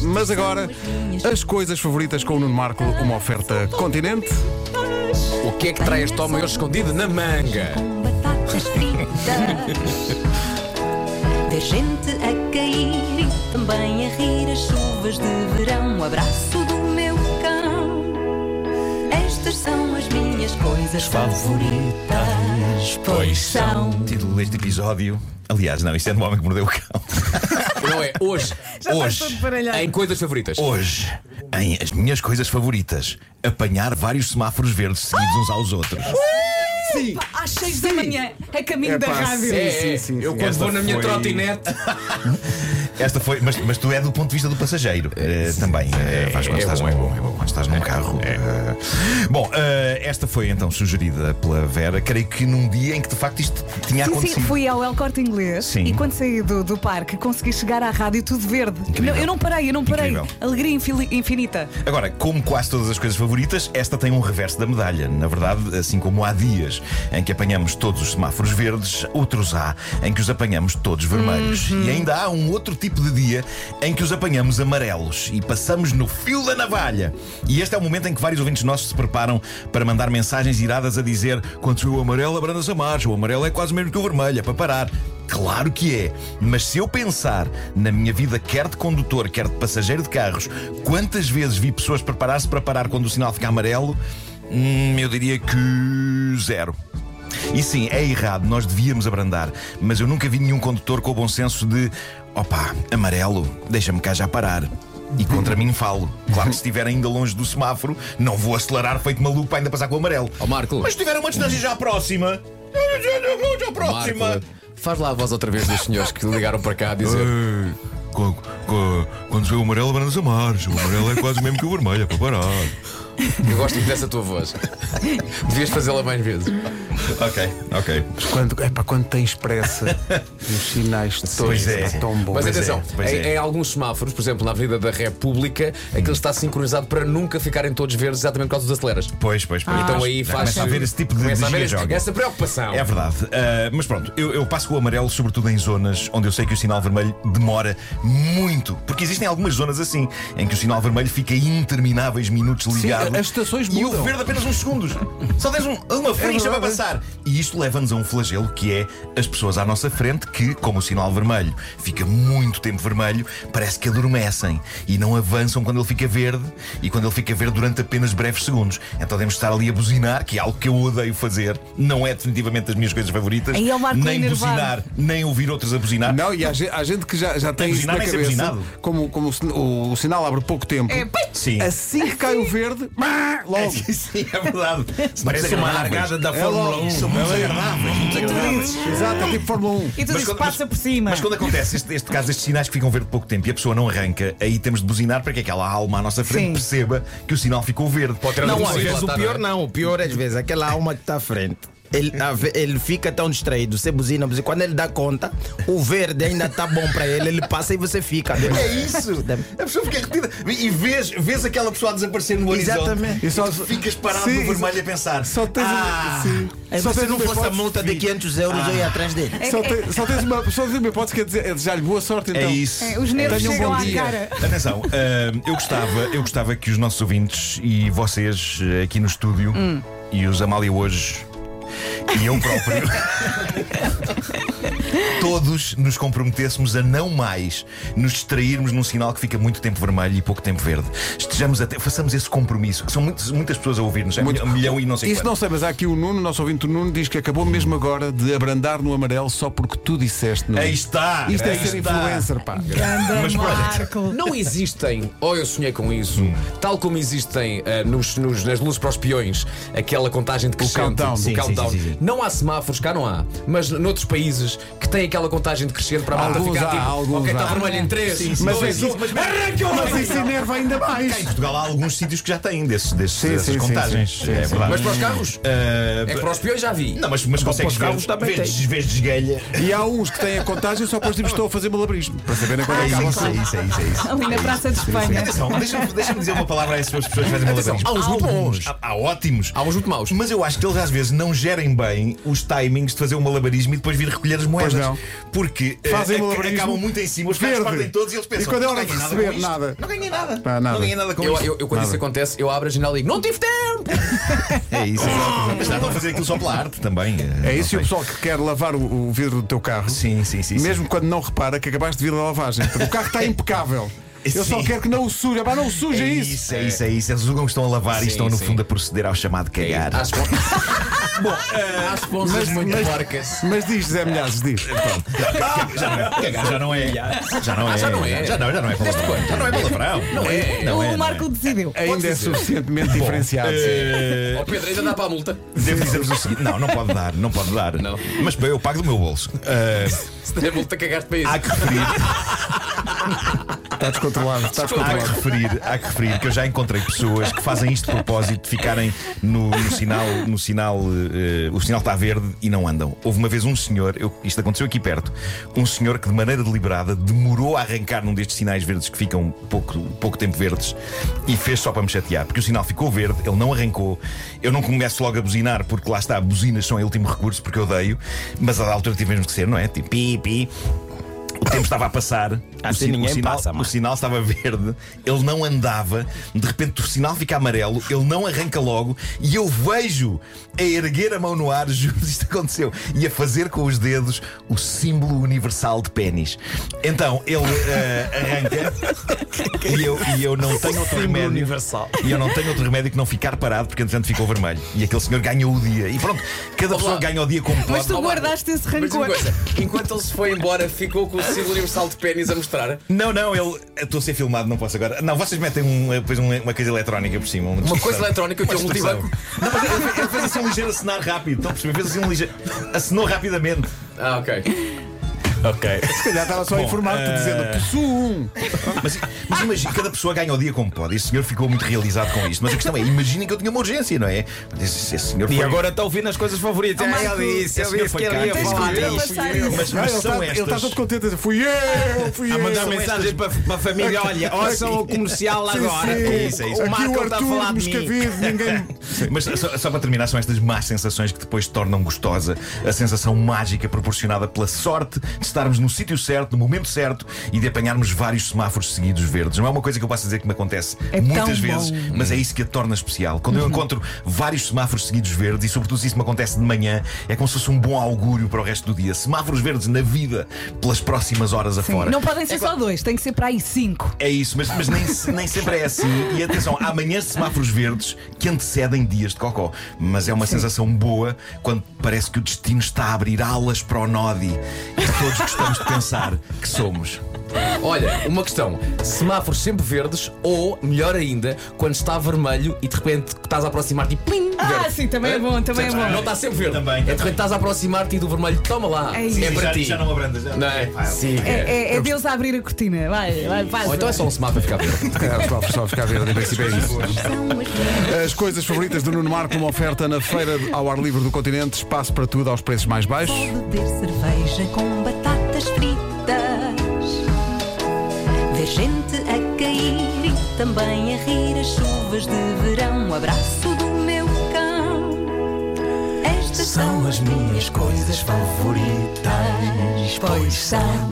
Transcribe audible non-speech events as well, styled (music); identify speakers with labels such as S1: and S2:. S1: Mas agora, as coisas favoritas com o Nuno Marco, uma oferta continente.
S2: O que é que traz Tom hoje escondido na manga?
S3: Com batatas fritas. Ver gente a cair e também a rir as chuvas de verão. Um abraço do meu cão. Estas são as minhas coisas favoritas. Pois são.
S4: Título deste episódio. Aliás, não, isto é do homem que mordeu o cão.
S2: Não é? Hoje, hoje, em coisas favoritas.
S4: Hoje, em as minhas coisas favoritas, apanhar vários semáforos verdes seguidos uns aos outros.
S5: Às 6 da manhã, a caminho da
S1: pá,
S5: rádio.
S1: sim.
S2: É, é. eu quando
S4: Esta
S2: vou na minha
S4: foi- (laughs)
S2: trotinete.
S4: Esta foi, mas, mas tu é do ponto de vista do passageiro eh, também. eh, faz quando
S2: é
S4: estás
S2: bom,
S4: num-
S2: é bom.
S4: é bom quando estás num carro. eh. Bom, eh, esta foi então sugerida pela Vera. Creio que num dia em que de facto isto tinha
S5: Sim,
S4: acontecido.
S5: sim, fui ao El Corte Inglês
S4: Sim.
S5: e quando saí do, do parque consegui chegar à rádio tudo verde.
S4: Incrível.
S5: Não, eu não parei, eu não parei.
S4: Incrível.
S5: Alegria infili- infinita.
S4: Agora, como quase todas as coisas favoritas, esta tem um reverso da medalha. Na verdade, assim como há dias em que apanhamos todos os semáforos verdes, outros há em que os apanhamos todos vermelhos. E ainda há um outro tipo de dia em que os apanhamos amarelos e passamos no fio da navalha. E este é o momento em que vários ouvintes nossos se preparam para mandar mensagens iradas a dizer: quando se o amarelo, abranda-se a marcha, o amarelo é quase o mesmo que o vermelho, é para parar. Claro que é, mas se eu pensar na minha vida, quer de condutor, quer de passageiro de carros, quantas vezes vi pessoas preparar-se para parar quando o sinal fica amarelo? Hum, eu diria que zero. E sim, é errado, nós devíamos abrandar, mas eu nunca vi nenhum condutor com o bom senso de opá, amarelo, deixa-me cá já parar. E contra mim falo. Claro que se estiver ainda longe do semáforo, não vou acelerar feito maluco para ainda passar com o amarelo.
S2: Ó, Marco.
S4: Mas se tiver uma distância já próxima. Já, já, já próxima.
S2: Marco, faz lá a voz outra vez dos senhores que ligaram para cá a dizer.
S6: Ei, co- co- Quando se vê o amarelo, abrandas a marcha. O amarelo é quase o mesmo que o vermelho, é para parar.
S2: Eu gosto muito dessa tua voz. Devias fazê-la mais vezes.
S4: Ok, ok.
S1: Quando, é para quando tens pressa, (laughs) os sinais de
S4: Pois é.
S1: é tão bom.
S2: Mas
S4: Pois
S2: atenção,
S4: é, pois
S2: em,
S4: é.
S2: em alguns semáforos, por exemplo, na Avenida da República, aquilo está sincronizado para nunca ficarem todos verdes exatamente por causa dos aceleras.
S4: Pois, pois, pois.
S2: Então aí
S4: Ah, Já
S2: faz.
S4: Começa a haver esse tipo de, de
S2: começa a haver este-
S4: giga-joga.
S2: essa preocupação.
S4: É verdade. Ah, mas pronto, eu, eu passo com o amarelo, sobretudo em zonas onde eu sei que o sinal vermelho demora muito. Porque existem algumas zonas assim, em que o sinal vermelho fica intermináveis minutos ligado.
S1: as estações
S4: E
S1: mudam.
S4: o verde apenas uns segundos. Só tens um-
S6: É
S4: uma frincha para
S1: verdade.
S4: passar. E isto leva-nos a um flagelo que é as pessoas à nossa frente que, como o sinal vermelho fica muito tempo vermelho, parece que adormecem e não avançam quando ele fica verde e quando ele fica verde durante apenas breves segundos. Então devemos estar ali a buzinar, que é algo que eu odeio fazer, não é definitivamente das minhas coisas favoritas.
S5: Aí é o Marco
S4: nem
S5: enervado.
S4: buzinar, nem ouvir outros a buzinar.
S1: Não, e há, ge- há gente que já, já tem isso
S4: buzinar
S1: na
S4: nem ser
S1: cabeça.
S4: buzinado.
S1: Como, como o, sin- o- o sinal abre pouco tempo.
S5: É, pai,
S4: Sim.
S1: Assim que cai o verde, bah,
S4: (laughs)
S1: logo.
S4: Sim, é verdade. é
S6: Parece uma largada da Fórmula é? 1.
S4: São muito agradáveis, muito agradáveis.
S1: Exato, é tipo Fórmula 1.
S5: e tu
S4: Mas
S5: dizes
S4: quando-
S5: passa por cima.
S4: Mas quando acontece este, este caso destes sinais que ficam verde pouco tempo e a pessoa não arranca, aí temos de buzinar para que aquela alma à nossa frente
S5: Sim.
S4: perceba que o sinal ficou verde. Pode ter
S7: Não,
S2: Não
S7: às
S2: sei,
S7: vezes
S2: lá
S7: o
S2: tá,
S7: pior
S2: não
S7: não. O pior às vezes é aquela alma que está à frente. Ele, a ve- ele fica tão distraído, você buzina, buzina. Quando ele dá conta, o verde ainda está bom para ele, ele passa e você fica.
S4: É isso! A pessoa fica retida. E vês, vês aquela pessoa a desaparecer no horizonte.
S7: Exatamente.
S4: E tu ficas parado
S1: Sim,
S4: no vermelho a pensar. é,
S1: Só tens,
S7: Ah,
S1: sim.
S7: (laughs) Aí
S1: Só
S7: você
S1: tens
S7: não
S1: uma
S7: fosse a
S1: hipótese-
S7: multa de 500 euros, eu ia atrás dele.
S1: Só, te- só tens uma, só tens uma hipótese que é dizer- é desejar-lhe boa sorte então.
S4: É isso.
S5: É, Os nervos
S1: Tenha um
S5: chegam
S1: bom
S5: à
S1: dia.
S5: cara.
S4: Atenção, hum, eu, gostava, eu gostava que os nossos ouvintes e vocês eh, aqui no estúdio
S5: Hum.
S4: e os Amália hoje e eu próprio
S5: (laughs)
S4: todos nos comprometêssemos a não mais nos distrairmos num sinal que fica muito tempo vermelho e pouco tempo verde. Estejamos até, façamos esse compromisso. São muitas, muitas pessoas a ouvir-nos, é
S1: Muito.
S4: um milhão e não sei
S1: Isso não
S4: quantos.
S1: sei, mas há aqui o Nuno, nosso ouvinte o Nuno, diz que acabou mesmo agora de abrandar no amarelo só porque tu disseste, Nuno.
S4: Aí está!
S1: Isto é
S4: aí
S1: ser
S4: está.
S1: influencer, pá.
S5: Anda,
S4: Mas pronto.
S5: Marco.
S2: Não existem, ou eu sonhei com isso, tal como existem ah, nos, nos- nas luzes para os peões, aquela contagem de crescente,
S1: countdown. Sim,
S2: countdown.
S4: sim, sim, sim.
S2: Não há semáforos, cá não há, mas noutros países que têm aquela contagem de crescente para a malta
S1: Alguns
S2: ficar
S1: há,
S2: tipo,
S1: alguns
S2: ok, está
S1: há.
S2: vermelho em 3,
S1: Mas
S2: 2,
S1: isso-
S2: 1,
S1: mas-
S2: arranca o
S1: Mas isso enerva
S4: é
S1: ainda mais.
S4: Cá em Portugal há alguns sítios que já têm desses, desses,
S1: Sim,
S4: dessas
S1: sim, sim,
S4: contagens.
S1: sim, sim,
S4: é
S1: sim.
S4: verdade.
S2: Mas para os carros?
S1: eh,
S4: Ah,
S2: É que para os peões já vi.
S4: Não, mas, mas consegues
S7: para os carros
S4: ver,
S7: também
S4: vês, vês desgalha.
S1: E há uns que têm a contagem só para os tipos que estão a fazer malabarismo. Para saberem quando
S4: É
S1: acabam.
S4: isso, é isso, é isso, é isso.
S5: Ali na Praça de Espanha.
S4: Atenção, deixa-me deixa-me dizer uma palavra a essas pessoas que
S2: Atenção,
S4: fazem malabarismo.
S2: há uns muito
S4: alguns,
S2: bons.
S4: Há, há ótimos.
S2: Há uns muito maus.
S4: Mas eu acho que eles às vezes não gerem bem os timings de fazer um malabarismo e depois vir recolher as moedas.
S1: Pois
S4: merdas.
S1: não.
S4: Porque eh,
S1: Fazem
S4: ac-
S1: malabarismo.
S4: acabam muito em cima, os caras
S1: Verde.
S4: partem todos e eles pensam
S1: E quando é
S4: "Não
S1: hora de
S4: ganhei
S1: receber,
S4: com isto.
S1: nada."
S4: Não ganhei nada.
S1: Pá, nada.
S4: Não ganhei nada com
S2: Eu,
S4: isto.
S2: eu- eu, quando isso acontece, eu abro a janela e digo: Não tive tempo!
S4: É isso, Mas estavam a fazer aquilo só pela arte também. eh,
S1: É isso e o pessoal que quer lavar o, o vidro do teu carro.
S4: Sim, é. sim, sim,
S1: Mesmo quando não repara que acabaste de vir a lavagem. Porque O
S4: (laughs)
S1: carro está impecável. Eu só
S4: Sim.
S1: quero que não o suja. Pá, não o suja
S4: É
S1: isso.
S4: isso, é isso, é isso. Eles julgam que estão a lavar
S2: Sim,
S4: e estão, no
S2: sim. É
S4: fundo, a proceder ao chamado cagar.
S2: Há espon-
S1: (laughs)
S2: Há sponsors muito porcas.
S1: eh, Mas diz, Zé Milhazes, diz.
S7: É, então,
S4: Já não é. Cagar já não é. Já não é.
S2: já não é.
S4: Já não, já não é palavrão. Já não é palavrão. Não é. Não é.
S5: o Marco decidiu.
S1: Ainda é
S2: dizer.
S1: suficientemente diferenciado.
S7: eh,
S2: Ó Pedro, ainda dá para a multa. (laughs)
S4: Eh, Devo dizer-vos o seguinte: não, não pode dar, não pode dar.
S2: Não.
S4: Mas bem, eu pago do meu bolso. Ah,
S2: Se der multa, cagaste para isso.
S4: há que referir.
S1: Está descontrolado. Está
S4: Há
S1: descontrolado.
S4: que, referir, há que referir que eu já encontrei pessoas que fazem isto de propósito de ficarem no, no sinal, no sinal eh, o sinal está verde e não andam. Houve uma vez um senhor, eu- isto aconteceu aqui perto, um senhor que de maneira deliberada demorou a arrancar num destes sinais verdes que ficam pouco, pouco tempo verdes e fez só para me chatear, porque o sinal ficou verde, ele não arrancou, eu não começo logo a buzinar, porque lá está, buzinas são em último recurso, porque eu odeio, mas a da altura tive mesmo que ser, não é? Tipo, pi, pi. O tempo estava a passar, o,
S7: Assim
S4: sin-
S7: ninguém
S4: o sinal,
S7: passa, Marco.
S4: o sinal estava (laughs) verde, ele não andava, de repente o sinal fica amarelo, ele não arranca logo e eu vejo a erguer a mão no ar, (laughs) juro isto aconteceu, e a fazer com os dedos o símbolo universal de pênis. Então ele eh, arranca e eu, e eu não tenho outro remédio. E eu não tenho outro remédio que não ficar parado porque entretanto ficou vermelho. E aquele senhor ganhou o dia. E pronto, cada
S2: Olá.
S4: pessoa ganha o dia um como
S5: Mas
S4: pode.
S5: tu
S2: Ó, Marco,
S5: guardaste esse
S2: mas diz-me
S5: rancor.
S2: uma coisa, enquanto ele se foi embora, ficou com o símbolo universal de pênis a mostrar.
S4: Não, não, ele. eu Estou a ser filmado, não posso agora. Não, vocês metem um, eh, depois um- uma coisa eletrónica por cima.
S2: Uma coisa eletrónica que é um
S4: multibanco.
S2: multibanco.
S4: Não, mas ele, ele fez assim um ligeiro acenar rápido. Estão a perceber? Fez assim um ligeiro. Acenou rapidamente.
S2: Ah, ok.
S4: Ok.
S1: Se calhar estava só a
S7: eh,
S1: informar-te dizendo: possuo um.
S4: Mas, mas imagina, cada pessoa ganha o dia como pode. Esse senhor ficou muito realizado com isto. Mas a questão é: imaginem que eu tinha uma urgência, não é? Esse, esse senhor
S7: E
S4: foi- É,
S7: agora está ouvindo as coisas favoritas.
S5: Oh,
S7: Ah,
S5: Marco,
S7: ele
S4: esse
S7: disse, ele
S4: senhor
S7: disse
S4: foi
S7: que ele ia
S4: cá. é
S5: Tens que
S4: Não,
S7: falar.
S5: ultrapassar isso.
S4: Mas,
S1: Ah,
S4: mas
S1: ele
S4: são
S1: está ele está
S4: estas.
S1: todo contente. a dizer, Fui eu, fui eu.
S7: A mandar
S4: São
S7: mensagem para, para a família: olha, ouçam o comercial
S1: Sim,
S7: agora.
S1: sim.
S7: É isso, é isso. O
S1: Aqui
S7: Marco está a
S1: Arthur
S7: falar de mim.
S1: Moscavide, ninguém.
S4: Mas só, só para terminar, são estas más sensações que depois tornam gostosa a sensação mágica proporcionada pela sorte de estarmos no sítio certo, no momento certo e de apanharmos vários semáforos seguidos verdes. Não é uma coisa que eu posso dizer que me acontece
S5: É
S4: muitas
S5: tão
S4: vezes,
S5: bom. Uhum.
S4: mas é isso que a torna especial. Quando eu encontro vários semáforos seguidos verdes e, sobretudo, se isso me acontece de manhã, é como se fosse um bom augúrio para o resto do dia. Semáforos verdes na vida, pelas próximas horas afora.
S5: Não podem ser só dois, tem que ser para aí cinco.
S4: É isso, mas, mas nem, se- nem sempre é assim. E atenção, há manhãs de semáforos verdes que antecedem dias de cocó. Mas é uma sensação boa quando parece que o destino está a abrir alas para o Nodi que todos gostamos de pensar que somos.
S2: Olha, uma questão: semáforos sempre verdes ou, melhor ainda, quando está vermelho e de repente estás a aproximar-te e plim!
S5: Ah,
S2: verde.
S5: sim, também é bom, também é
S2: Não
S5: bom.
S2: está sempre verde.
S4: Também,
S2: é de
S4: também.
S2: repente estás a aproximar-te e do vermelho, toma lá.
S5: É isso.
S2: É para ti.
S4: abrandas, já Ah,
S2: Não é? Sim.
S5: É, é- é Deus a abrir a cortina. Vai, vai,
S2: Ou
S5: passa.
S2: então é só um semáforo a ficar verde.
S1: (laughs) É, só, só ficar a ver, em princípio é isso.
S3: São as minhas.
S1: As coisas favoritas do Nuno Marco, uma oferta na feira ao ar livre do continente, espaço para tudo aos preços mais baixos.
S3: Beber cerveja com batatas fritas. Ver gente a cair e também a rir as chuvas de verão. O abraço do meu cão. Estas são as minhas coisas favoritas. Pois são.